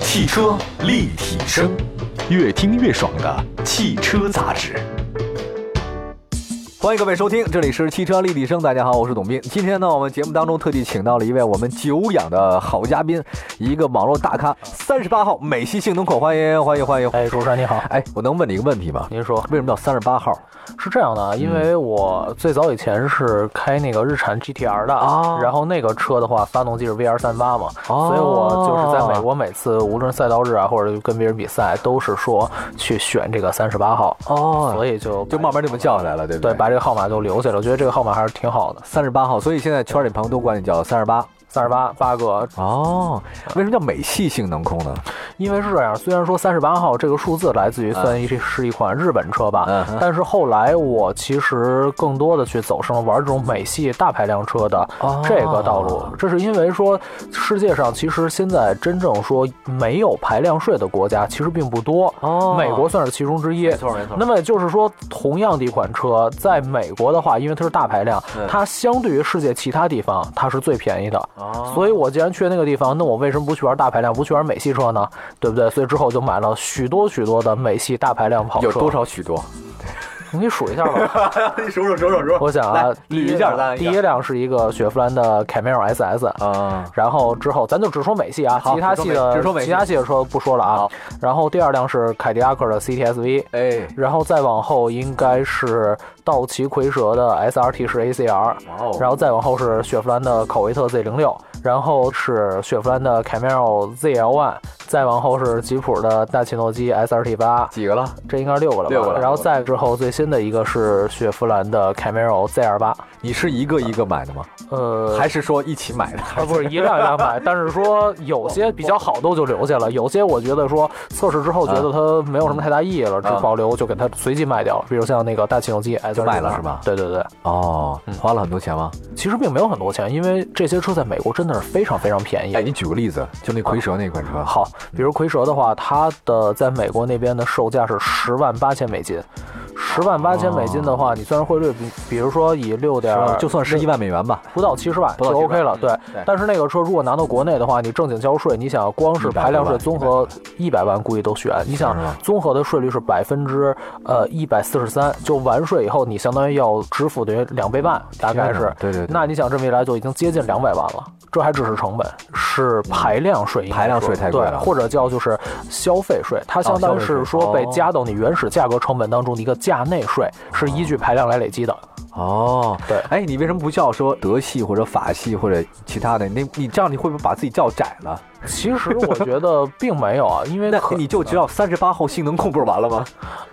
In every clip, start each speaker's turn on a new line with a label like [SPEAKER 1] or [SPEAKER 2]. [SPEAKER 1] 汽车立体声，越听越爽的汽车杂志。
[SPEAKER 2] 欢迎各位收听，这里是汽车立体声。大家好，我是董斌。今天呢，我们节目当中特地请到了一位我们久仰的好嘉宾，一个网络大咖，三十八号美系性能控，欢迎欢迎欢迎！
[SPEAKER 3] 哎，主持人你好，
[SPEAKER 2] 哎，我能问你一个问题吗？
[SPEAKER 3] 您说
[SPEAKER 2] 为什么叫三十八号？
[SPEAKER 3] 是这样的啊？
[SPEAKER 2] 嗯
[SPEAKER 3] 因为我最早以前是开那个日产 GTR 的，
[SPEAKER 2] 啊
[SPEAKER 3] 然后那个车的话，发动机是 VR 三八嘛，
[SPEAKER 2] 哦
[SPEAKER 3] 所以我就是在美国每次无论是赛道日啊，或者跟别人比赛，都是说去选这个三十八号，
[SPEAKER 2] 哦，
[SPEAKER 3] 所以就
[SPEAKER 2] 就慢慢就被叫起来了，对不
[SPEAKER 3] 对
[SPEAKER 2] 对？
[SPEAKER 3] 把这个号码就留下了。我觉得这个号码还是挺好的，
[SPEAKER 2] 三十八号，所以现在圈里朋友都管你叫三十八。
[SPEAKER 3] 三十八八个，
[SPEAKER 2] 哦，为什么叫美系性能控呢？
[SPEAKER 3] 因为是这样，虽然说三十八号这个数字来自于算一是一款日本车吧，
[SPEAKER 2] 嗯
[SPEAKER 3] 但是后来我其实更多的去走上了玩这种美系大排量车的
[SPEAKER 2] 哦
[SPEAKER 3] 这个道路。这是因为说，世界上其实现在真正说没有排量税的国家其实并不多，
[SPEAKER 2] 哦
[SPEAKER 3] 美国算是其中之一。
[SPEAKER 2] 错没错
[SPEAKER 3] 那么也就是说，同样的一款车，在美国的话，因为它是大排量
[SPEAKER 2] 嗯，
[SPEAKER 3] 它相对于世界其他地方，它是最便宜的。
[SPEAKER 2] 哦
[SPEAKER 3] 所以我既然去那个地方，那我为什么不去玩大排量，不去玩美系车呢？对不对？所以之后就买了许多许多的美系大排量跑车。
[SPEAKER 2] 有多？少许多？
[SPEAKER 3] 你给数一 下吧。
[SPEAKER 2] 你数数数数数
[SPEAKER 3] 我想
[SPEAKER 2] 来
[SPEAKER 3] 啊，
[SPEAKER 2] 捋一
[SPEAKER 3] 第
[SPEAKER 2] 下
[SPEAKER 3] 辆
[SPEAKER 2] 咱一下
[SPEAKER 3] 第一辆是一个雪佛兰的凯美瑞 SS。
[SPEAKER 2] 啊，
[SPEAKER 3] 然后之后，咱就只说美系啊，
[SPEAKER 2] 好
[SPEAKER 3] 其他系的
[SPEAKER 2] 只说美只说美系
[SPEAKER 3] 其他系的车不说了啊
[SPEAKER 2] 好。
[SPEAKER 3] 然后第二辆是凯迪拉克的 CTSV，
[SPEAKER 2] 哎，
[SPEAKER 3] 然后再往后应该是道奇蝰蛇的 SRT 是 ACR，
[SPEAKER 2] 哇哦
[SPEAKER 3] 然后再往后是雪佛兰的考维特 Z 零六，然后是雪佛兰的 Camaro ZL One，再往后是吉普的大切诺基 SRT 八，
[SPEAKER 2] 几个了？
[SPEAKER 3] 这应该是六个了吧？
[SPEAKER 2] 六个了
[SPEAKER 3] 然后再之后最新的一个是雪佛兰的 Camaro ZR 八，
[SPEAKER 2] 你是一个一个买的吗？
[SPEAKER 3] 呃。
[SPEAKER 2] 还是说一起买的？
[SPEAKER 3] 啊，不是一辆一辆买，但是说有些比较好的我就留下了，有些我觉得说测试之后觉得它没有什么太大意义了，只
[SPEAKER 2] 啊
[SPEAKER 3] 保留就给它随机卖掉。比如像那个大切诺基 S
[SPEAKER 2] 就卖了是吧
[SPEAKER 3] 对对对，
[SPEAKER 2] 哦，
[SPEAKER 3] 嗯
[SPEAKER 2] 花了很多钱吗？
[SPEAKER 3] 其实并没有很多钱，因为这些车在美国真的是非常非常便宜。
[SPEAKER 2] 哎，你举个例子，就那蝰蛇那款车，
[SPEAKER 3] 好，比
[SPEAKER 2] 嗯
[SPEAKER 3] 如蝰蛇的话，它的在美国那边的售价是十万八千美金。十万八千美金的话，你算上汇率，比比如说以六点
[SPEAKER 2] 是吧，啊就算哦十一万美元吧，
[SPEAKER 3] 不到七十万
[SPEAKER 2] 不
[SPEAKER 3] 就
[SPEAKER 2] 到70万
[SPEAKER 3] OK 了。对
[SPEAKER 2] 对，
[SPEAKER 3] 但是那个车如果拿到国内的话，你正经交税，你想光是
[SPEAKER 2] 100
[SPEAKER 3] 排量税
[SPEAKER 2] 万
[SPEAKER 3] 综合一百万，估计都悬。你想
[SPEAKER 2] 是吧
[SPEAKER 3] 综合的税率是百分之呃一百四十三，就完税以后，你相当于要支付等于两倍半，大概
[SPEAKER 2] 天
[SPEAKER 3] 是
[SPEAKER 2] 哪。对对对
[SPEAKER 3] 那你想这么一来，就已经接近两百万了。这还只是成本，是排量税应该说，
[SPEAKER 2] 排量税太贵了
[SPEAKER 3] 对，或者叫就是消费税，它相当于
[SPEAKER 2] 消费税
[SPEAKER 3] 是说被
[SPEAKER 2] 哦
[SPEAKER 3] 加到你原始价格成本当中的一个价内税，是依据排量来累积的。
[SPEAKER 2] 哦，
[SPEAKER 3] 对
[SPEAKER 2] 哎，你为什么不叫说德系或者法系或者其他的？你你这样你会不会把自己叫窄了？
[SPEAKER 3] 其实我觉得并 没有啊，因为
[SPEAKER 2] 那
[SPEAKER 3] 可
[SPEAKER 2] 你就只要三十八号性能控不是完了吗？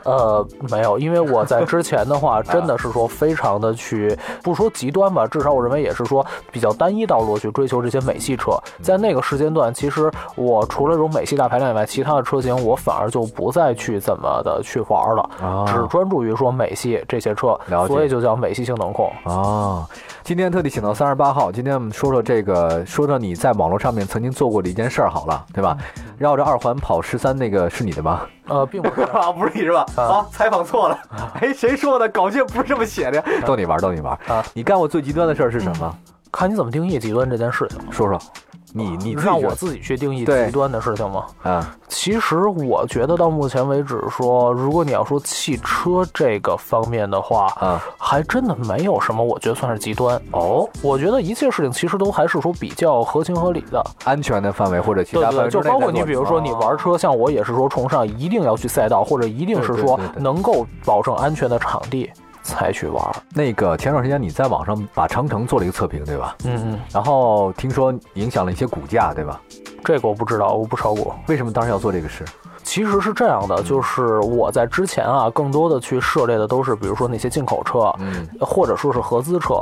[SPEAKER 3] 呃没有，因为我在之前 的
[SPEAKER 2] 啊
[SPEAKER 3] 话，真的是说非常的去不说极端吧，至少我认为也是说比较单一道路去追求这些美系车。
[SPEAKER 2] 嗯
[SPEAKER 3] 在那个时间段，其实我除了这种美系大排量以外，其他的车型我反而就不再去怎么的去玩了，
[SPEAKER 2] 啊
[SPEAKER 3] 只专注于说美系这些车
[SPEAKER 2] 了解，
[SPEAKER 3] 所以就叫美系性能控。
[SPEAKER 2] 哦，今天特地请到三十八号，今天我们说说这个，说说你在网络上面曾经做过的一件事儿好了，对吧？绕着二环跑十三那个是你的吗？
[SPEAKER 3] 呃，并不 是
[SPEAKER 2] 啊，不是你是吧？啊，采访错了。哎，谁说的？稿件不是这么写的。逗你玩儿，逗你玩儿。
[SPEAKER 3] 啊
[SPEAKER 2] 你干过最极端的事儿是什么？
[SPEAKER 3] 看你怎么定义极端这件事情。
[SPEAKER 2] 说说。你你自己
[SPEAKER 3] 让
[SPEAKER 2] 觉
[SPEAKER 3] 我
[SPEAKER 2] 得
[SPEAKER 3] 自己去定义
[SPEAKER 2] 对
[SPEAKER 3] 极端的事情吗？
[SPEAKER 2] 啊，
[SPEAKER 3] 其实我觉得到目前为止说，如果你要说汽车这个方面的话，
[SPEAKER 2] 啊
[SPEAKER 3] 还真的没有什么，我觉得算是极端哦。我觉得一切事情其实都还是说比较合情合理的，
[SPEAKER 2] 安全的范围或者其
[SPEAKER 3] 对
[SPEAKER 2] 他
[SPEAKER 3] 对
[SPEAKER 2] 范围
[SPEAKER 3] 对，
[SPEAKER 2] 之
[SPEAKER 3] 就
[SPEAKER 2] 内
[SPEAKER 3] 包括
[SPEAKER 2] 再做
[SPEAKER 3] 你比如说你玩车，像我也是说崇尚一定要去赛道，或者一定是
[SPEAKER 2] 对对
[SPEAKER 3] 说
[SPEAKER 2] 对对
[SPEAKER 3] 能够保证安全的场地才去玩。
[SPEAKER 2] 那个前段时间你在网上把长城做了一个测评，对吧？
[SPEAKER 3] 嗯嗯，
[SPEAKER 2] 然后听说影响了一些股价，对吧？
[SPEAKER 3] 这个我不知道，我不炒股。
[SPEAKER 2] 为什么当时要做这个事？
[SPEAKER 3] 其实是这样
[SPEAKER 2] 嗯
[SPEAKER 3] 的，就是我在之前啊，更多的去涉猎的都是比如说那些进口车，
[SPEAKER 2] 嗯
[SPEAKER 3] 或者说是合资车，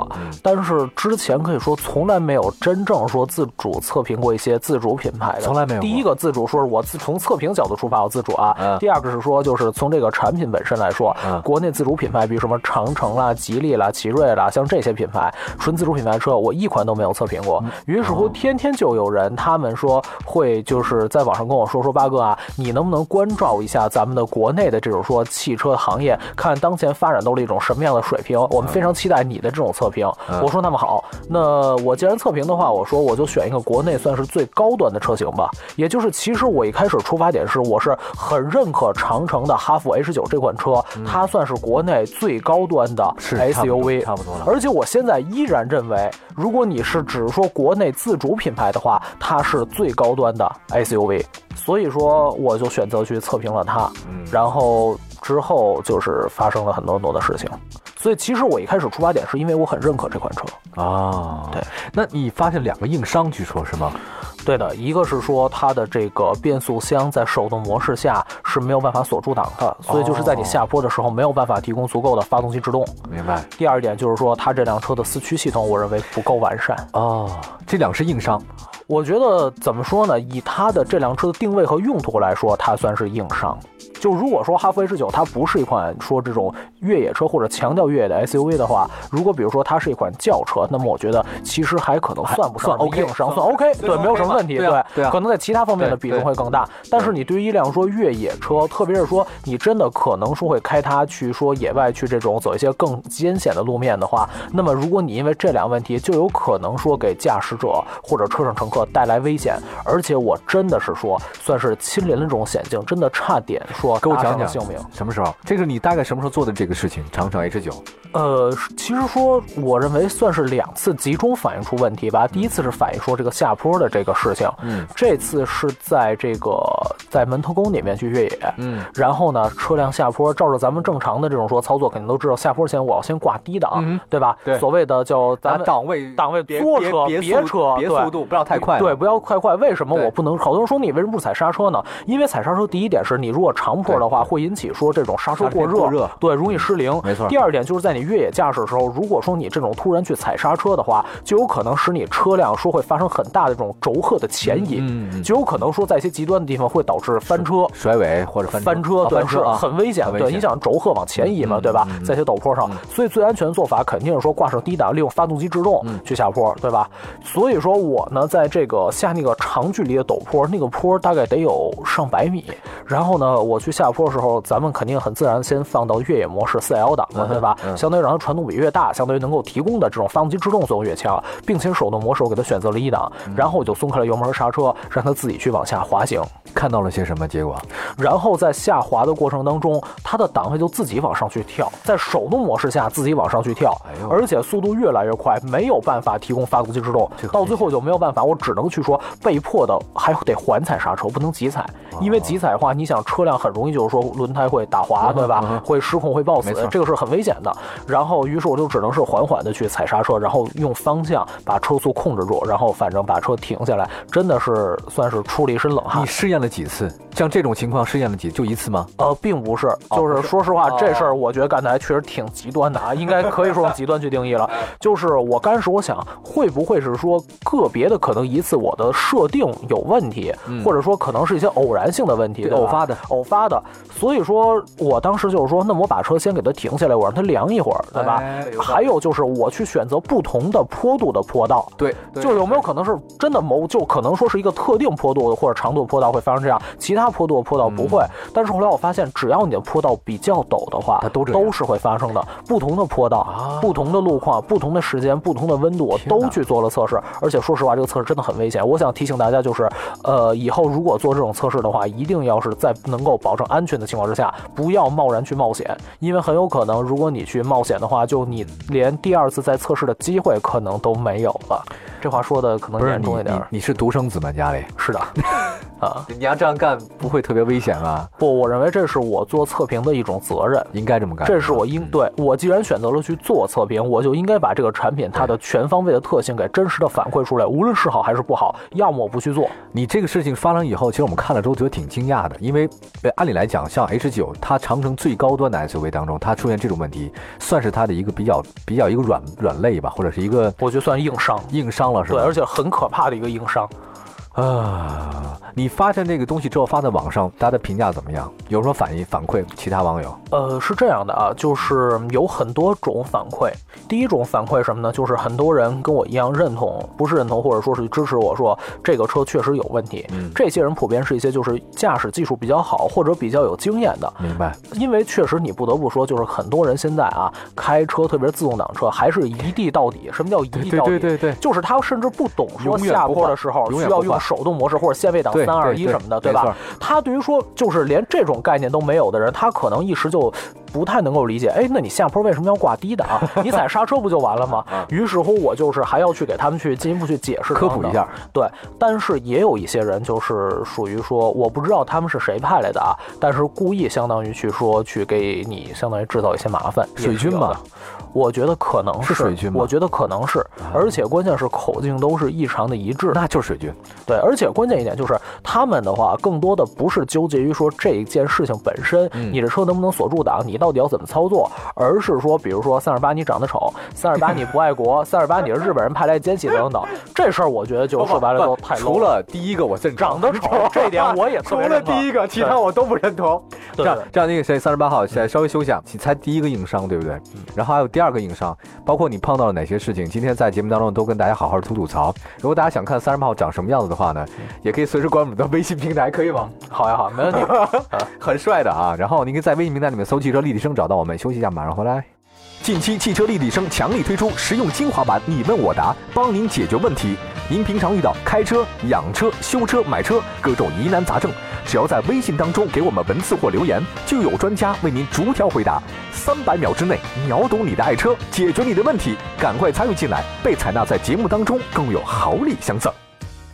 [SPEAKER 3] 但是之前可以说从来没有真正说自主测评过一些自主品牌的，
[SPEAKER 2] 从来没有过
[SPEAKER 3] 第一个自主说是我自从测评角度出发，我自主啊。
[SPEAKER 2] 嗯
[SPEAKER 3] 第二个是说，就是从这个产品本身来说，
[SPEAKER 2] 嗯
[SPEAKER 3] 国内自主品牌，比如什么长城啦、吉利啦、奇瑞啦，像这些品牌，纯自主品牌车，我一款都没有测评
[SPEAKER 2] 嗯
[SPEAKER 3] 过。
[SPEAKER 2] 哦
[SPEAKER 3] 于是乎，天天就有人他们说会就是在网上跟我说说八哥啊，你能不能不能关照一下咱们的国内的这种说汽车行业，看当前发展到了一种什么样的水平？我们非常期待你的这种测评。
[SPEAKER 2] 嗯
[SPEAKER 3] 我说那么好，那我既然测评的话，我说我就选一个国内算是最高端的车型吧。也就是其实我一开始出发点是我是很认可长城的哈弗 H 9这款车，它算是国内最高端的
[SPEAKER 2] 嗯是差不多
[SPEAKER 3] SUV，
[SPEAKER 2] 差不多了
[SPEAKER 3] 而且我现在依然认为，如果你是只是说国内自主品牌的话，它是最高端的 SUV。所以说，我就选择去测评了它，然后之后就是发生了很多很多的事情。所以其实我一开始出发点是因为我很认可这款车，
[SPEAKER 2] 啊，
[SPEAKER 3] 对，
[SPEAKER 2] 那你发现两个硬伤，据说是吗？
[SPEAKER 3] 对的，一个是说它的这个变速箱在手动模式下是没有办法锁住档的，所以就是在你下坡的时候没有办法提供足够的发动机制动。
[SPEAKER 2] 明白。
[SPEAKER 3] 第二点就是说它这辆车的四驱系统，我认为不够完善。
[SPEAKER 2] 哦，这两个是硬伤，
[SPEAKER 3] 我觉得怎么说呢？以它的这辆车的定位和用途来说，它算是硬伤。就如果说哈弗 H 9它不是一款说这种越野车或者强调越野的 SUV 的话，如果比如说它是一款轿车，那么我觉得其实还可能算不上
[SPEAKER 2] 算 OK，
[SPEAKER 3] 硬伤，
[SPEAKER 2] 算
[SPEAKER 3] 算 OK，
[SPEAKER 2] 算
[SPEAKER 3] 对，没有
[SPEAKER 2] OK
[SPEAKER 3] 什么
[SPEAKER 2] 吧
[SPEAKER 3] 问题，
[SPEAKER 2] 对啊对啊
[SPEAKER 3] 可能在其他方面的
[SPEAKER 2] 对
[SPEAKER 3] 比重会更大。但是你对于一辆说越野车，特别是说你真的可能说会开它去说野外去这种走一些更艰险的路面的话，那么如果你因为这两个问题，就有可能说给驾驶者或者车上乘客带来危险。而且我真的是说，算是亲临了这种险境，真的差点说
[SPEAKER 2] 给我
[SPEAKER 3] 搭上
[SPEAKER 2] 讲
[SPEAKER 3] 了
[SPEAKER 2] 讲
[SPEAKER 3] 性命。
[SPEAKER 2] 什么时候？这是你大概什么时候做的这个事情？长城 H 9
[SPEAKER 3] 呃，其实说，我认为算是两次集中反映出问题吧。第一次是反映说这个下坡的这个事情，
[SPEAKER 2] 嗯
[SPEAKER 3] 这次是在这个在门头沟那边去越野，
[SPEAKER 2] 嗯，
[SPEAKER 3] 然后呢，车辆下坡，照着咱们正常的这种说操作，肯定都知道下坡前我要先挂低档，
[SPEAKER 2] 嗯
[SPEAKER 3] 对吧？
[SPEAKER 2] 对
[SPEAKER 3] 所谓的叫咱
[SPEAKER 2] 咱
[SPEAKER 3] 们
[SPEAKER 2] 档位
[SPEAKER 3] 档位
[SPEAKER 2] 别
[SPEAKER 3] 坐
[SPEAKER 2] 别
[SPEAKER 3] 车
[SPEAKER 2] 别
[SPEAKER 3] 别
[SPEAKER 2] 速
[SPEAKER 3] 车
[SPEAKER 2] 别
[SPEAKER 3] 对
[SPEAKER 2] 速度不要太快，
[SPEAKER 3] 对，，不要快快。为什么
[SPEAKER 2] 对
[SPEAKER 3] 我不能？好多人说你为什么不踩刹车呢？因为踩刹车，第一点是你如果长坡的话，会引起说这种刹车过
[SPEAKER 2] 刹车过热嗯
[SPEAKER 3] 对，容易失灵。
[SPEAKER 2] 没错
[SPEAKER 3] 第二点就是在你越野驾驶的时候，如果说你这种突然去踩刹车的话，就有可能使你车辆说会发生很大的这种轴荷的前移，
[SPEAKER 2] 嗯嗯嗯
[SPEAKER 3] 就有可能说在一些极端的地方会导致翻车。
[SPEAKER 2] 甩尾或者翻
[SPEAKER 3] 翻车，
[SPEAKER 2] 啊
[SPEAKER 3] 对，
[SPEAKER 2] 翻
[SPEAKER 3] 是
[SPEAKER 2] 车啊，
[SPEAKER 3] 很危险
[SPEAKER 2] 很。危
[SPEAKER 3] 对，
[SPEAKER 2] 险
[SPEAKER 3] 你想轴荷往前移嘛，
[SPEAKER 2] 嗯
[SPEAKER 3] 对吧
[SPEAKER 2] 嗯嗯？
[SPEAKER 3] 在一些陡坡上，所以最安全的做法肯定是说挂上低档，利用发动机制动
[SPEAKER 2] 嗯
[SPEAKER 3] 去下坡，对吧？所以说我呢，在这个下那个长距离的陡坡，那个坡大概得有上百米。然后呢，我去下坡的时候，咱们肯定很自然先放到越野模式四 L 档
[SPEAKER 2] 嗯
[SPEAKER 3] 嘛，对吧？相对于让它传动比越大，相对于能够提供的这种发动机制动作用越强，并且手动模式我给它选择了一档，
[SPEAKER 2] 嗯
[SPEAKER 3] 然后我就松开了油门和刹车，让它自己去往下滑行。
[SPEAKER 2] 看到了些什么结果？
[SPEAKER 3] 然后在下滑的过程当中，它的档位就自己往上去跳，在手动模式下自己往上去跳，
[SPEAKER 2] 哎呦
[SPEAKER 3] 而且速度越来越快，没有办法提供发动机制动
[SPEAKER 2] 这，很
[SPEAKER 3] 到最后就没有办法，我只能去说被迫的还得缓踩刹车，不能急踩，
[SPEAKER 2] 哦
[SPEAKER 3] 因为急踩的话，你想车辆很容易就是说轮胎会打滑，对吧？会失控会抱
[SPEAKER 2] 嗯
[SPEAKER 3] 死
[SPEAKER 2] 没错，
[SPEAKER 3] 这个是很危险的。然后于是我就只能是缓缓的去踩刹车，然后用方向把车速控制住，然后反正把车停下来，真的是算是出了一身冷汗
[SPEAKER 2] 你。试验了几次？像这种情况试验了几就一次吗？
[SPEAKER 3] 呃，并不是，
[SPEAKER 2] 哦
[SPEAKER 3] 就是说实话，这事儿我觉得干的还确实挺极端的啊，应该可以说用极端去定义 了。就是我当时我想，会不会是说个别的可能一次我的设定有问题，或者说可能是一些偶然性的问
[SPEAKER 2] 嗯
[SPEAKER 3] 题，
[SPEAKER 2] 对
[SPEAKER 3] 对吧
[SPEAKER 2] 偶发的
[SPEAKER 3] 偶发的。所以说我当时就是说，那我把车先给它停下来，我让它凉一会儿，对吧？
[SPEAKER 2] 哎有道理
[SPEAKER 3] 还有就是我去选择不同的坡度的坡道，
[SPEAKER 2] 对，
[SPEAKER 3] 就有没有可能是真的某就可能说是一个特定坡度或者长度的坡道会发生这样，其他坡度的坡道不会。但是后来我发现，只要你的坡道比较陡的话，
[SPEAKER 2] 嗯它都这样
[SPEAKER 3] 都是会发生的。不同的坡道、
[SPEAKER 2] 啊
[SPEAKER 3] 不同的路况、不同的时间、不同的温度，我
[SPEAKER 2] 天哪
[SPEAKER 3] 都去做了测试。而且说实话，这个测试真的很危险。我想提醒大家，就是呃，以后如果做这种测试的话，一定要是在能够保证安全的情况之下，不要贸然去冒险，因为很有可能，如果你去冒险的话，就你连第二次再测试的机会可能都没有了。这话说的可能
[SPEAKER 2] 不是
[SPEAKER 3] 严
[SPEAKER 2] 你
[SPEAKER 3] 重一点
[SPEAKER 2] 你
[SPEAKER 3] 儿，
[SPEAKER 2] 你是独生子吗？家里
[SPEAKER 3] 是的， 啊，
[SPEAKER 2] 你要这样干不会特别危险吗？
[SPEAKER 3] 不，我认为这是我做测评的一种责任。
[SPEAKER 2] 应该这么干。
[SPEAKER 3] 这是我应
[SPEAKER 2] 嗯
[SPEAKER 3] 对我既然选择了去做测评，我就应该把这个产品它的全方位的特性给真实的反馈出来，无论是好还是不好，要么我不去做，
[SPEAKER 2] 你这个事情发生以后，其实我们看了之后觉得挺惊讶的，因为呃按理来讲，像 H 9它长城最高端的 SUV 当中，它出现这种问题，算是它的一个比较比较一个软软肋吧，或者是一个
[SPEAKER 3] 我觉得算硬伤。
[SPEAKER 2] 硬伤了，是
[SPEAKER 3] 对，
[SPEAKER 2] 吧
[SPEAKER 3] 而？且很可怕的一个硬伤。
[SPEAKER 2] 啊，你发现这个东西之后发在网上，大家的评价怎么样？有什么反应反馈？其他网友
[SPEAKER 3] 呃，是这样的啊，就是有很多种反馈。第一种反馈什么呢？就是很多人跟我一样认同，不是认同，或者说是支持我说这个车确实有问题。
[SPEAKER 2] 嗯
[SPEAKER 3] 这些人普遍是一些就是驾驶技术比较好或者比较有经验的，
[SPEAKER 2] 明白？
[SPEAKER 3] 因为确实你不得不说，就是很多人现在啊开车，特别是自动挡车，还是一地到底。什么叫一地到底？
[SPEAKER 2] 对，
[SPEAKER 3] 就是他甚至不懂说
[SPEAKER 2] 永远
[SPEAKER 3] 下
[SPEAKER 2] 不
[SPEAKER 3] 坡
[SPEAKER 2] 换
[SPEAKER 3] 的时候
[SPEAKER 2] 永
[SPEAKER 3] 需
[SPEAKER 2] 远
[SPEAKER 3] 要
[SPEAKER 2] 不
[SPEAKER 3] 用
[SPEAKER 2] 换
[SPEAKER 3] 手动模式或者限位档
[SPEAKER 2] 对
[SPEAKER 3] 三二
[SPEAKER 2] 对
[SPEAKER 3] 一
[SPEAKER 2] 对
[SPEAKER 3] 什么的，对
[SPEAKER 2] 没
[SPEAKER 3] 吧
[SPEAKER 2] 错？
[SPEAKER 3] 他对于说就是连这种概念都没有的人，他可能一时就不太能够理解。哎，那你下坡为什么要挂低档？啊 你踩刹车不就完了吗？
[SPEAKER 2] 啊
[SPEAKER 3] 于是乎，我就是还要去给他们去进一步去解释
[SPEAKER 2] 科
[SPEAKER 3] 等
[SPEAKER 2] 普一
[SPEAKER 3] 等
[SPEAKER 2] 下。
[SPEAKER 3] 对，但是也有一些人就是属于说，我不知道他们是谁派来的啊，但是故意相当于去说去给你相当于制造一些麻烦，
[SPEAKER 2] 水军嘛
[SPEAKER 3] 嘛。我觉得可能
[SPEAKER 2] 是水军吗啊
[SPEAKER 3] 我觉得可能是，而且关键是口径都是异常的一致。
[SPEAKER 2] 那就是水军。
[SPEAKER 3] 对，而且关键一点就是，他们的话更多的不是纠结于说这一件事情本身，
[SPEAKER 2] 嗯
[SPEAKER 3] 你这车能不能锁住档，你到底要怎么操作，而是说，比如说三二八你长得丑，三二八你不爱国，三二八你是日本人派来奸细等等，这事儿我觉得就说白了都太 low
[SPEAKER 2] 除了第一个我认
[SPEAKER 3] 长得丑 这一点我也特
[SPEAKER 2] 除
[SPEAKER 3] 别
[SPEAKER 2] 了
[SPEAKER 3] 认同
[SPEAKER 2] 第一个，其
[SPEAKER 3] 对
[SPEAKER 2] 他我都不认同。这
[SPEAKER 3] 对
[SPEAKER 2] 样这样，那个谁，三十八号，先稍微休息下。你猜第一个硬伤对不对？
[SPEAKER 3] 嗯
[SPEAKER 2] 然后还有第二个硬伤，包括你碰到了哪些事情，今天在节目当中都跟大家好好吐吐槽。如果大家想看三十八号长什么样子的话呢，
[SPEAKER 3] 嗯
[SPEAKER 2] 也可以随时关注我们的微信平台，可以 吗？
[SPEAKER 3] 好呀好，没问题。
[SPEAKER 2] 很帅的啊。然后您可以在微信平台里面搜“汽车立体声”找到我们。休息一下，马上回来。近期汽车立体声强力推出实用精华版“你问我答”，帮您解决问题。您平常遇到开车、养车、修车、买车各种疑难杂症，只要在微信当中给我们文字或留言，就有专家为您逐条回答。三百秒之内秒懂你的爱车，解决你的问题，赶快参与进来，被采纳在节目当中更有好礼相赠。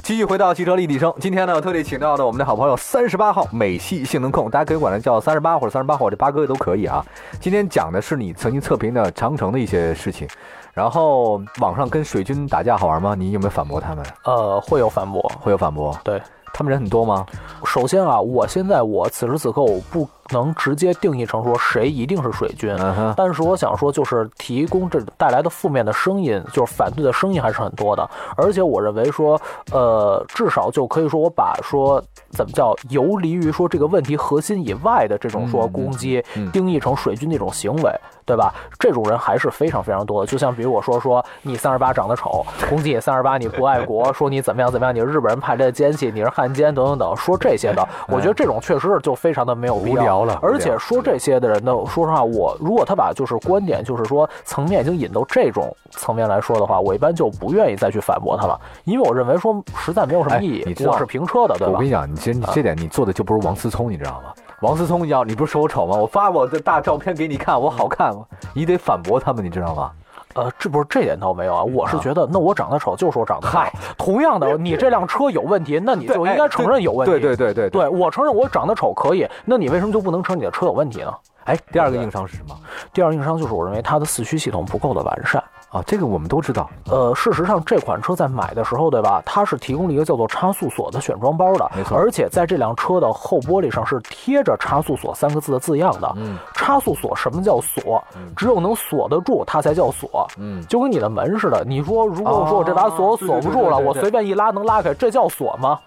[SPEAKER 2] 继续回到汽车立体声，今天呢，我特地请到了我们的好朋友三十八号美系性能控，大家可以管它叫三十八或者三十八号，这八哥都可以啊。今天讲的是你曾经测评的长城的一些事情，然后网上跟水军打架好玩吗？你有没有反驳他们？
[SPEAKER 3] 呃，会有反驳。
[SPEAKER 2] 会有反驳？
[SPEAKER 3] 对，
[SPEAKER 2] 他们人很多吗？
[SPEAKER 3] 首先啊，我现在我此时此刻我不能直接定义成说谁一定是水军，
[SPEAKER 2] 嗯哼，
[SPEAKER 3] 但是我想说，就是提供这带来的负面的声音，就是反对的声音还是很多的。而且我认为说，呃，至少就可以说我把说怎么叫游离于说这个问题核心以外的这种说
[SPEAKER 2] 嗯嗯
[SPEAKER 3] 攻击，
[SPEAKER 2] 嗯
[SPEAKER 3] 定义成水军的一种行为，对吧？这种人还是非常非常多的。就像比如我说说你三十八长得丑，攻击你三十八你不爱国，说你怎么样怎么样，你是日本人派来的奸细，你是汉奸等等等，说这些的，我觉得这种确实是就非常的没有必要
[SPEAKER 2] 哎无聊了
[SPEAKER 3] 而且
[SPEAKER 2] 无聊
[SPEAKER 3] 说这些的人呢，说实话，我如果他把就是观点，就是说层面已经引到这种层面来说的话，我一般就不愿意再去反驳他了，因为我认为说实在没有什么
[SPEAKER 2] 哎
[SPEAKER 3] 意义
[SPEAKER 2] 你。知道
[SPEAKER 3] 我是评车的，对
[SPEAKER 2] 我
[SPEAKER 3] 吧啊
[SPEAKER 2] 跟？你讲，你其实你这点你做的就不如王思聪，你知道吗？王思聪要你不是说我丑吗？我发我的大照片给你看，我好看吗？你得反驳他们，你知道吗？
[SPEAKER 3] 呃，这不是这点倒没有
[SPEAKER 2] 嗯
[SPEAKER 3] 啊，我是觉得那我长得丑就是我长得丑。同样的，你这辆车有问题，那你就应该哎承认有问题。
[SPEAKER 2] 哎对对对对对。
[SPEAKER 3] 对我承认我长得丑可以，那你为什么就不能承认你的车有问题呢？
[SPEAKER 2] 哎，第二个硬伤是什么？
[SPEAKER 3] 第二硬伤就是我认为它的四驱系统不够的完善。
[SPEAKER 2] 啊，这个我们都知道，
[SPEAKER 3] 呃，事实上，这款车在买的时候，对吧？它是提供了一个叫做差速锁的选装包的，
[SPEAKER 2] 没错
[SPEAKER 3] 而且在这辆车的后玻璃上是贴着“差速锁”三个字的字样的。
[SPEAKER 2] 嗯
[SPEAKER 3] 差速锁什么叫锁？只有能锁得住，它才叫锁。
[SPEAKER 2] 嗯
[SPEAKER 3] 就跟你的门似的，你说如果说我这把锁
[SPEAKER 2] 哦
[SPEAKER 3] 锁不住了，
[SPEAKER 2] 对对对对
[SPEAKER 3] 我
[SPEAKER 2] 对嗯
[SPEAKER 3] 随便一拉能拉开，这叫锁吗？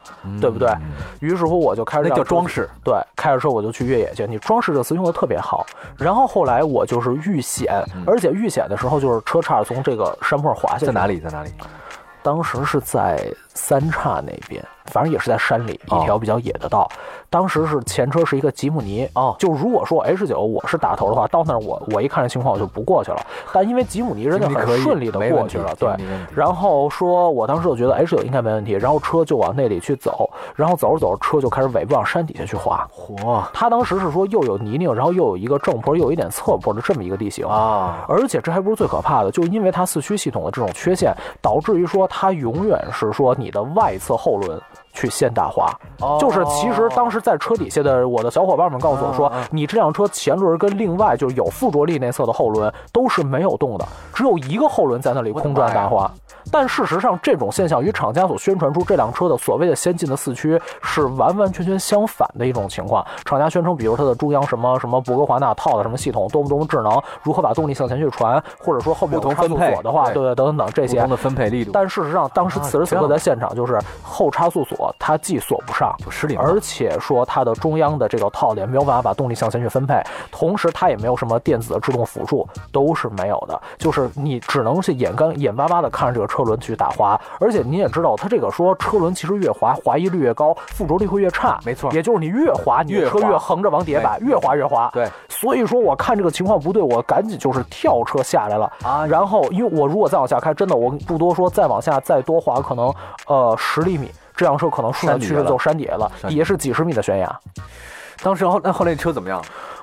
[SPEAKER 3] 对不对？于是乎，我就开始
[SPEAKER 2] 那叫装饰。
[SPEAKER 3] 对，开着车我就去越野去。你装饰这个词用的特别好。然后后来我就是遇险，而且遇险的时候就是车叉从这个山坡滑下去。
[SPEAKER 2] 嗯在哪里？在哪里？
[SPEAKER 3] 当时是在三岔那边，反正也是在山里
[SPEAKER 2] 哦
[SPEAKER 3] 一条比较野的道。当时是前车是一个吉姆尼，
[SPEAKER 2] 哦
[SPEAKER 3] 就如果说 H 九我是打头的话，到那儿我我一看这情况我就不过去了。但因为吉姆尼人家
[SPEAKER 2] 吉姆尼可
[SPEAKER 3] 很
[SPEAKER 2] 以
[SPEAKER 3] 顺利的
[SPEAKER 2] 没
[SPEAKER 3] 过
[SPEAKER 2] 问
[SPEAKER 3] 去
[SPEAKER 2] 题
[SPEAKER 3] 了，
[SPEAKER 2] 吉
[SPEAKER 3] 对
[SPEAKER 2] 姆尼没问题。
[SPEAKER 3] 然后说我当时就觉得 H 九应该没问题，然后车就往那里去走，然后走着走着车就开始尾部往山底下去滑。
[SPEAKER 2] 嚯
[SPEAKER 3] 他当时是说又有泥泞，然后又有一个正坡，又有一点侧坡的这么一个地形
[SPEAKER 2] 啊！
[SPEAKER 3] 而且这还不是最可怕的，就因为它四驱系统的这种缺陷，导致于说它永远是说你的外侧后轮。去现代化。
[SPEAKER 2] 哦
[SPEAKER 3] 就是其实当时在车底下的我的小伙伴们告诉我说
[SPEAKER 2] 啊啊，
[SPEAKER 3] 你这辆车前轮跟另外就是有附着力内侧的后轮都是没有动的，只有一个后轮在那里空转打滑。但事实上，这种现象与厂家所宣传出这辆车的所谓的先进的四驱是完完全全相反的一种情况。厂家宣称，比如它的中央什么什么博格华纳套的什么系统多么多么智能，如何把动力向前去传，或者说后面有
[SPEAKER 2] 不同
[SPEAKER 3] 差速
[SPEAKER 2] 分配
[SPEAKER 3] 锁的话，
[SPEAKER 2] 对
[SPEAKER 3] 对对等等等这
[SPEAKER 2] 不
[SPEAKER 3] 些
[SPEAKER 2] 同。的分配力度，
[SPEAKER 3] 但事实上，当时
[SPEAKER 2] 啊
[SPEAKER 3] 此时
[SPEAKER 2] 这
[SPEAKER 3] 此
[SPEAKER 2] 样
[SPEAKER 3] 刻在现场，就是后差速锁它既锁不上，
[SPEAKER 2] 就失灵了
[SPEAKER 3] 而且说它的中央的这个套链没有办法把动力向前去分配，同时它也没有什么电子的制动辅助，都是没有的。就是你只能是眼干眼巴巴的看着这个车轮去打滑，而且你也知道，它这个说车轮其实越滑，滑移率越高，附着力会越差。
[SPEAKER 2] 没错
[SPEAKER 3] 也就是你越滑，你的
[SPEAKER 2] 越
[SPEAKER 3] 车
[SPEAKER 2] 滑
[SPEAKER 3] 越横着往底下摆，越滑越滑。
[SPEAKER 2] 对
[SPEAKER 3] 所以说我看这个情况不对，我赶紧就是跳车下来了
[SPEAKER 2] 啊
[SPEAKER 3] 然后，因为我如果再往下开，真的我不多说，再往下再多滑，可能呃十厘米，这辆车可能顺
[SPEAKER 2] 山
[SPEAKER 3] 着
[SPEAKER 2] 底
[SPEAKER 3] 趋
[SPEAKER 2] 下
[SPEAKER 3] 势
[SPEAKER 2] 了
[SPEAKER 3] 就山底下了，
[SPEAKER 2] 山底
[SPEAKER 3] 也是几十米的悬崖。
[SPEAKER 2] 当时后那后来车怎么样？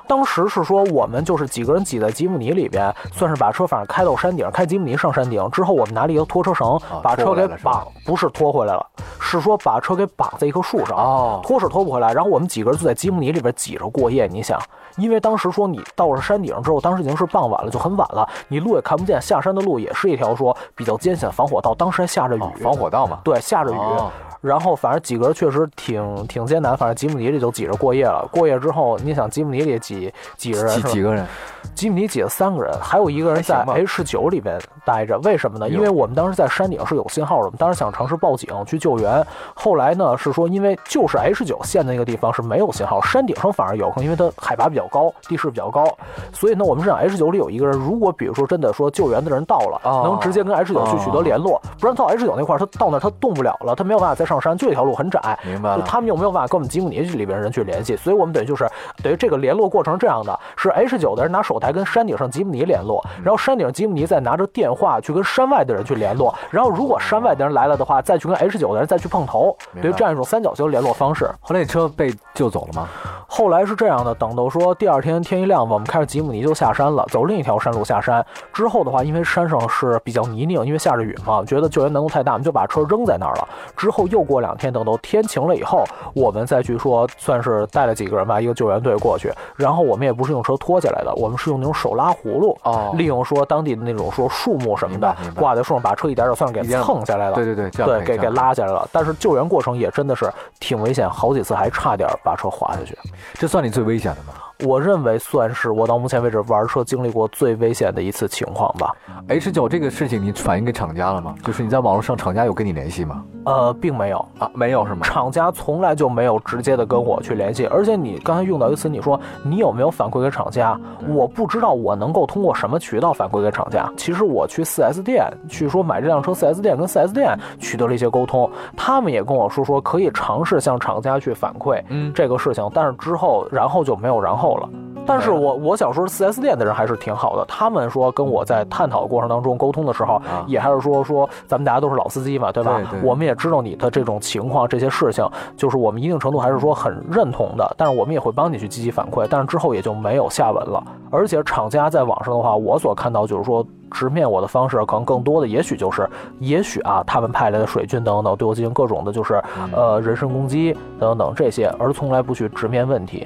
[SPEAKER 3] 当时是说我们就是几个人挤在吉姆尼里边，算是把车反正开到山顶，开吉姆尼上山顶之后，我们拿了一个拖车绳
[SPEAKER 2] 啊
[SPEAKER 3] 把车
[SPEAKER 2] 拖回
[SPEAKER 3] 给
[SPEAKER 2] 来了是吧
[SPEAKER 3] 绑，不是拖回来了，是说把车给绑在一棵树上。
[SPEAKER 2] 哦
[SPEAKER 3] 拖是拖不回来，然后我们几个人就在吉姆尼里边挤着过夜。你想，因为当时说你到了山顶之后，当时已经是傍晚了，就很晚了，你路也看不见，下山的路也是一条说比较艰险的防火道，当时还下着雨，
[SPEAKER 2] 哦，防火道嘛，
[SPEAKER 3] 对，下着雨。
[SPEAKER 2] 哦
[SPEAKER 3] 然后反正几个人确实挺挺艰难，反正吉姆尼里就挤着过夜了。过夜之后，你想吉姆尼里挤几个人
[SPEAKER 2] 几
[SPEAKER 3] 是吧？
[SPEAKER 2] 几个人？
[SPEAKER 3] 吉姆尼挤了三个人，还有一个人在
[SPEAKER 2] 还行吧
[SPEAKER 3] H 九里边待着。为什么呢？
[SPEAKER 2] 呦
[SPEAKER 3] 因为我们当时在山顶是有信号的，我们当时想尝试报警去救援。后来呢是说，因为就是 H 九线的那个地方是没有信号，山顶上反而有，可能因为它海拔比较高，地势比较高，所以呢我们是想 H 九里有一个人，如果比如说真的说救援的人到了，
[SPEAKER 2] 哦
[SPEAKER 3] 能直接跟 H 九去取得联络，不然到 H 九那块儿他到那儿他动不了了，他没有办法再上山，就一条路很窄，
[SPEAKER 2] 明白了
[SPEAKER 3] 就他们又没有办法跟我们吉姆尼里边人去联系，所以我们等于就是等于这个联络过程是这样的：是 H 九的人拿手台跟山顶上吉姆尼联络，
[SPEAKER 2] 嗯
[SPEAKER 3] 然后山顶上吉姆尼再拿着电话去跟山外的人去联络，然后如果山外的人来了的话，再去跟 H 九的人再去碰头，
[SPEAKER 2] 明白
[SPEAKER 3] 等于这样一种三角形的联络方式。
[SPEAKER 2] 后来那车被救走了吗？
[SPEAKER 3] 后来是这样的，等到说第二天天一亮吧，我们开着吉姆尼就下山了，走另一条山路下山。之后的话，因为山上是比较泥泞，因为下着雨嘛，觉得救援难度太大，我们就把车扔在那儿了。之后又过两天，等到天晴了以后，我们再去说，算是带了几个人吧，一个救援队过去。然后我们也不是用车拖起来的，我们是用那种手拉葫芦，啊
[SPEAKER 2] 哦
[SPEAKER 3] 利用说当地的那种说树木什么的
[SPEAKER 2] 明白明白
[SPEAKER 3] 挂在树上，把车一点点算是给
[SPEAKER 2] 一点
[SPEAKER 3] 蹭下来了。
[SPEAKER 2] 对对对，这样
[SPEAKER 3] 啊对，
[SPEAKER 2] 可以
[SPEAKER 3] 给
[SPEAKER 2] 这
[SPEAKER 3] 给
[SPEAKER 2] 样
[SPEAKER 3] 拉下来了，但是救援过程也真的是挺危险，好几次还差点把车滑下去。
[SPEAKER 2] 这算你最危险的吗？
[SPEAKER 3] 我认为算是我到目前为止玩车经历过最危险的一次情况吧。
[SPEAKER 2] H 九哎这个事情你反映给厂家了吗？就是你在网络上厂家有跟你联系吗？
[SPEAKER 3] 呃，并没有，
[SPEAKER 2] 啊，没有是吗？
[SPEAKER 3] 厂家从来就没有直接的跟我去联系。而且你刚才用到一个词，你说你有没有反馈给厂家？我不知道我能够通过什么渠道反馈给厂家。其实我去 4S 店去说买这辆车，4S 店跟 4S 店取得了一些沟通，他们也跟我说说可以尝试向厂家去反馈
[SPEAKER 2] 嗯
[SPEAKER 3] 这个事情，但是之后然后就没有然后了。但是
[SPEAKER 2] 没了
[SPEAKER 3] 我我想说，4S 店的人还是挺好的。他们说跟我在探讨过程当中沟通的时候，
[SPEAKER 2] 啊
[SPEAKER 3] 也还是说说咱们大家都是老司机嘛，对吧？
[SPEAKER 2] 对对
[SPEAKER 3] 我们也知道你的这种情况，这些事情，就是我们一定程度还是说很认同的。但是我们也会帮你去积极反馈，但是之后也就没有下文了。而且厂家在网上的话，我所看到就是说。直面我的方式，可能更多的也许就是，也许啊，他们派来的水军等等，对我进行各种的，就是
[SPEAKER 2] 嗯
[SPEAKER 3] 呃人身攻击等等这些，而从来不去直面问题。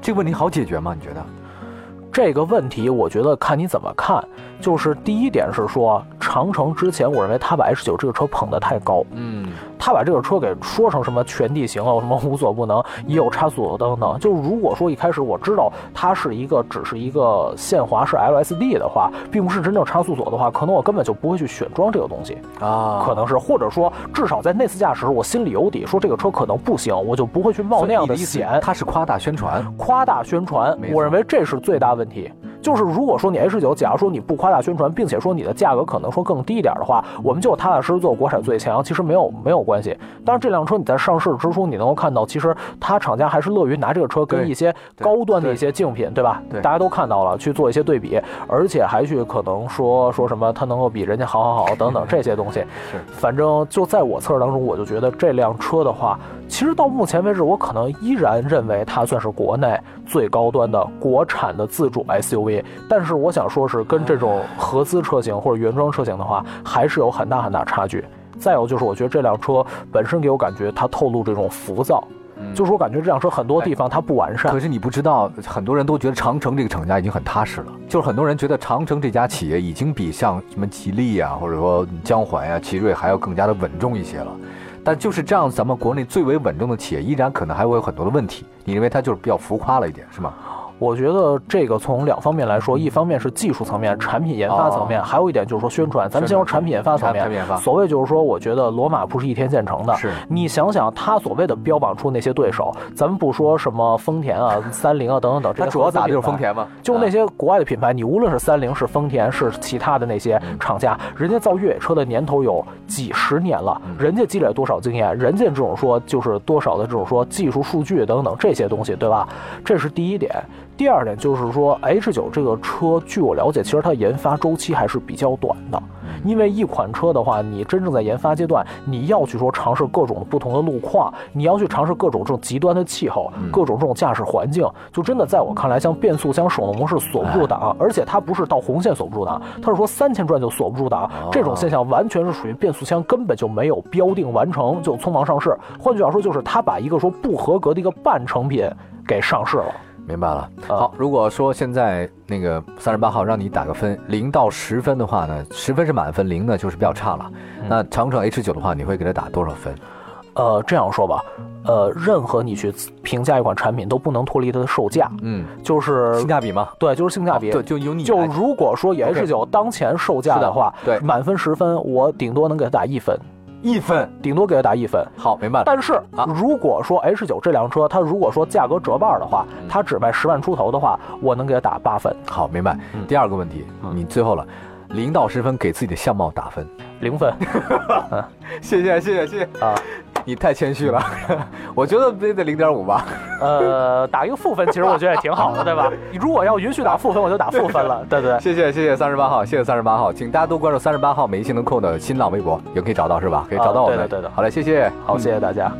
[SPEAKER 2] 这个问题好解决吗？你觉得？
[SPEAKER 3] 这个问题，我觉得看你怎么看。就是第一点是说，长城之前，我认为他把 H 九这个车捧得太高，
[SPEAKER 2] 嗯，
[SPEAKER 3] 他把这个车给说成什么全地形啊，什么无所不能，也有差速等等。就如果说一开始我知道它是一个只是一个限滑式 LSD 的话，并不是真正差速锁的话，可能我根本就不会去选装这个东西。
[SPEAKER 2] 啊，
[SPEAKER 3] 可能是，或者说至少在那次驾驶，我心里有底，说这个车可能不行，我就不会去冒那样的险。
[SPEAKER 2] 他是夸大宣传，
[SPEAKER 3] 夸大宣传
[SPEAKER 2] 没，错
[SPEAKER 3] 我认为这是最大问题。就是如果说你 H 九，假如说你不夸大宣传，并且说你的价格可能说更低一点的话，我们就踏踏实实做国产最强，其实没有没有关系。但是这辆车你在上市之初，你能够看到，其实它厂家还是乐于拿这个车跟
[SPEAKER 2] 对
[SPEAKER 3] 一些
[SPEAKER 2] 对
[SPEAKER 3] 高端的
[SPEAKER 2] 对
[SPEAKER 3] 一些竞品，对吧？
[SPEAKER 2] 对
[SPEAKER 3] 大家都看到了，去做一些对比，而且还去可能说说什么它能够比人家好好好等等这些东西。
[SPEAKER 2] 是
[SPEAKER 3] 反正就在我侧当中，我就觉得这辆车的话，其实到目前为止，我可能依然认为它算是国内最高端的国产的自主 SUV。但是我想说，是跟这种合资车型或者原装车型的话，还是有很大很大差距。再有就是我觉得这辆车本身给我感觉它透露这种浮躁，
[SPEAKER 2] 嗯
[SPEAKER 3] 就是我感觉这辆车很多地方它不完善
[SPEAKER 2] 可。是你不知道，很多人都觉得长城这个厂家已经很踏实了，就是很多人觉得长城这家企业已经比像什么吉利啊，或者说江淮啊、奇瑞还要更加的稳重一些了。但就是这样，咱们国内最为稳重的企业，依然可能还会有很多的问题。你认为它就是比较浮夸了一点，是吗？
[SPEAKER 3] 我觉得这个从两方面来
[SPEAKER 2] 嗯
[SPEAKER 3] 说，一方面是技术层面、产品研发层面，还有一点就是说宣传。咱们先说产品研发层
[SPEAKER 2] 哦产品
[SPEAKER 3] 面
[SPEAKER 2] 研发，
[SPEAKER 3] 所谓就是说，我觉得罗马不是一天建成的。
[SPEAKER 2] 是
[SPEAKER 3] 你想想，他所谓的标榜出那些对手，咱们不说什么丰田啊、三菱啊等等等，这
[SPEAKER 2] 它
[SPEAKER 3] 些
[SPEAKER 2] 主要
[SPEAKER 3] 合资
[SPEAKER 2] 打的就是
[SPEAKER 3] 品牌
[SPEAKER 2] 丰田嘛，
[SPEAKER 3] 就那些国外的品牌，你无论是三菱、是丰田、是其他的那些厂家，人家造越野车的年头有几十年了，人家积累了多少经验，人家这种说就是多少的这种说技术数据等等这些东西，对吧？这是第一点。第二点就是说，H 9这个车，据我了解，其实它研发周期还是比较短的。
[SPEAKER 2] 嗯
[SPEAKER 3] 因为一款车的话，你真正在研发阶段，你要去说尝试各种不同的路况，你要去尝试各种这种极端的气候，各种这种驾驶环境，就真的在我看来，像变速箱手动模式锁不住档，而且它不是到红线锁不住档，它是说三千转就锁不住档，这种现象完全是属于变速箱根本就没有标定完成就匆忙上市。换句话说，就是它把一个说不合格的一个半成品给上市了。
[SPEAKER 2] 明白了。
[SPEAKER 3] 啊
[SPEAKER 2] 好，如果说现在那个三十八号让你打个分，零到十分的话呢，十分是满分，零呢就是比较差了。那长城 H 9的话，你会给它打多少分？
[SPEAKER 3] 呃，这样说吧，呃，任何你去评价一款产品都不能脱离它的售价，
[SPEAKER 2] 嗯，
[SPEAKER 3] 就是
[SPEAKER 2] 性价比吗？
[SPEAKER 3] 对，就是性价比。
[SPEAKER 2] 啊对，就由你
[SPEAKER 3] 就
[SPEAKER 2] 来
[SPEAKER 3] 如果说 H 9当前售价的话，
[SPEAKER 2] 是的对
[SPEAKER 3] 满分十分，我顶多能给它打一分，
[SPEAKER 2] 一分。
[SPEAKER 3] 顶多给它打一分。
[SPEAKER 2] 好，明白了。
[SPEAKER 3] 但是，如果说 H 9这辆车，它如果说价格折半的话，
[SPEAKER 2] 嗯
[SPEAKER 3] 它只卖十万出头的话，我能给它打八分，
[SPEAKER 2] 好，明白。第二个问题，你最后了，零到十分给自己的相貌打分。
[SPEAKER 3] 零分
[SPEAKER 2] 谢谢，谢谢，谢谢。
[SPEAKER 3] 啊。
[SPEAKER 2] 你太谦虚了， 我觉得得得零点五吧。
[SPEAKER 3] 呃，打一个负分，其实我觉得也挺好 的，对吧？如果要允许打负分，我就打负分了，对不对？
[SPEAKER 2] 谢谢，谢谢三十八号，谢谢三十八号，请大家多关注三十八号每一性能控的新浪微博，也可以找到是吧？可以找到我们。
[SPEAKER 3] 啊对的对的
[SPEAKER 2] 好嘞，谢谢。
[SPEAKER 3] 好，谢谢大家。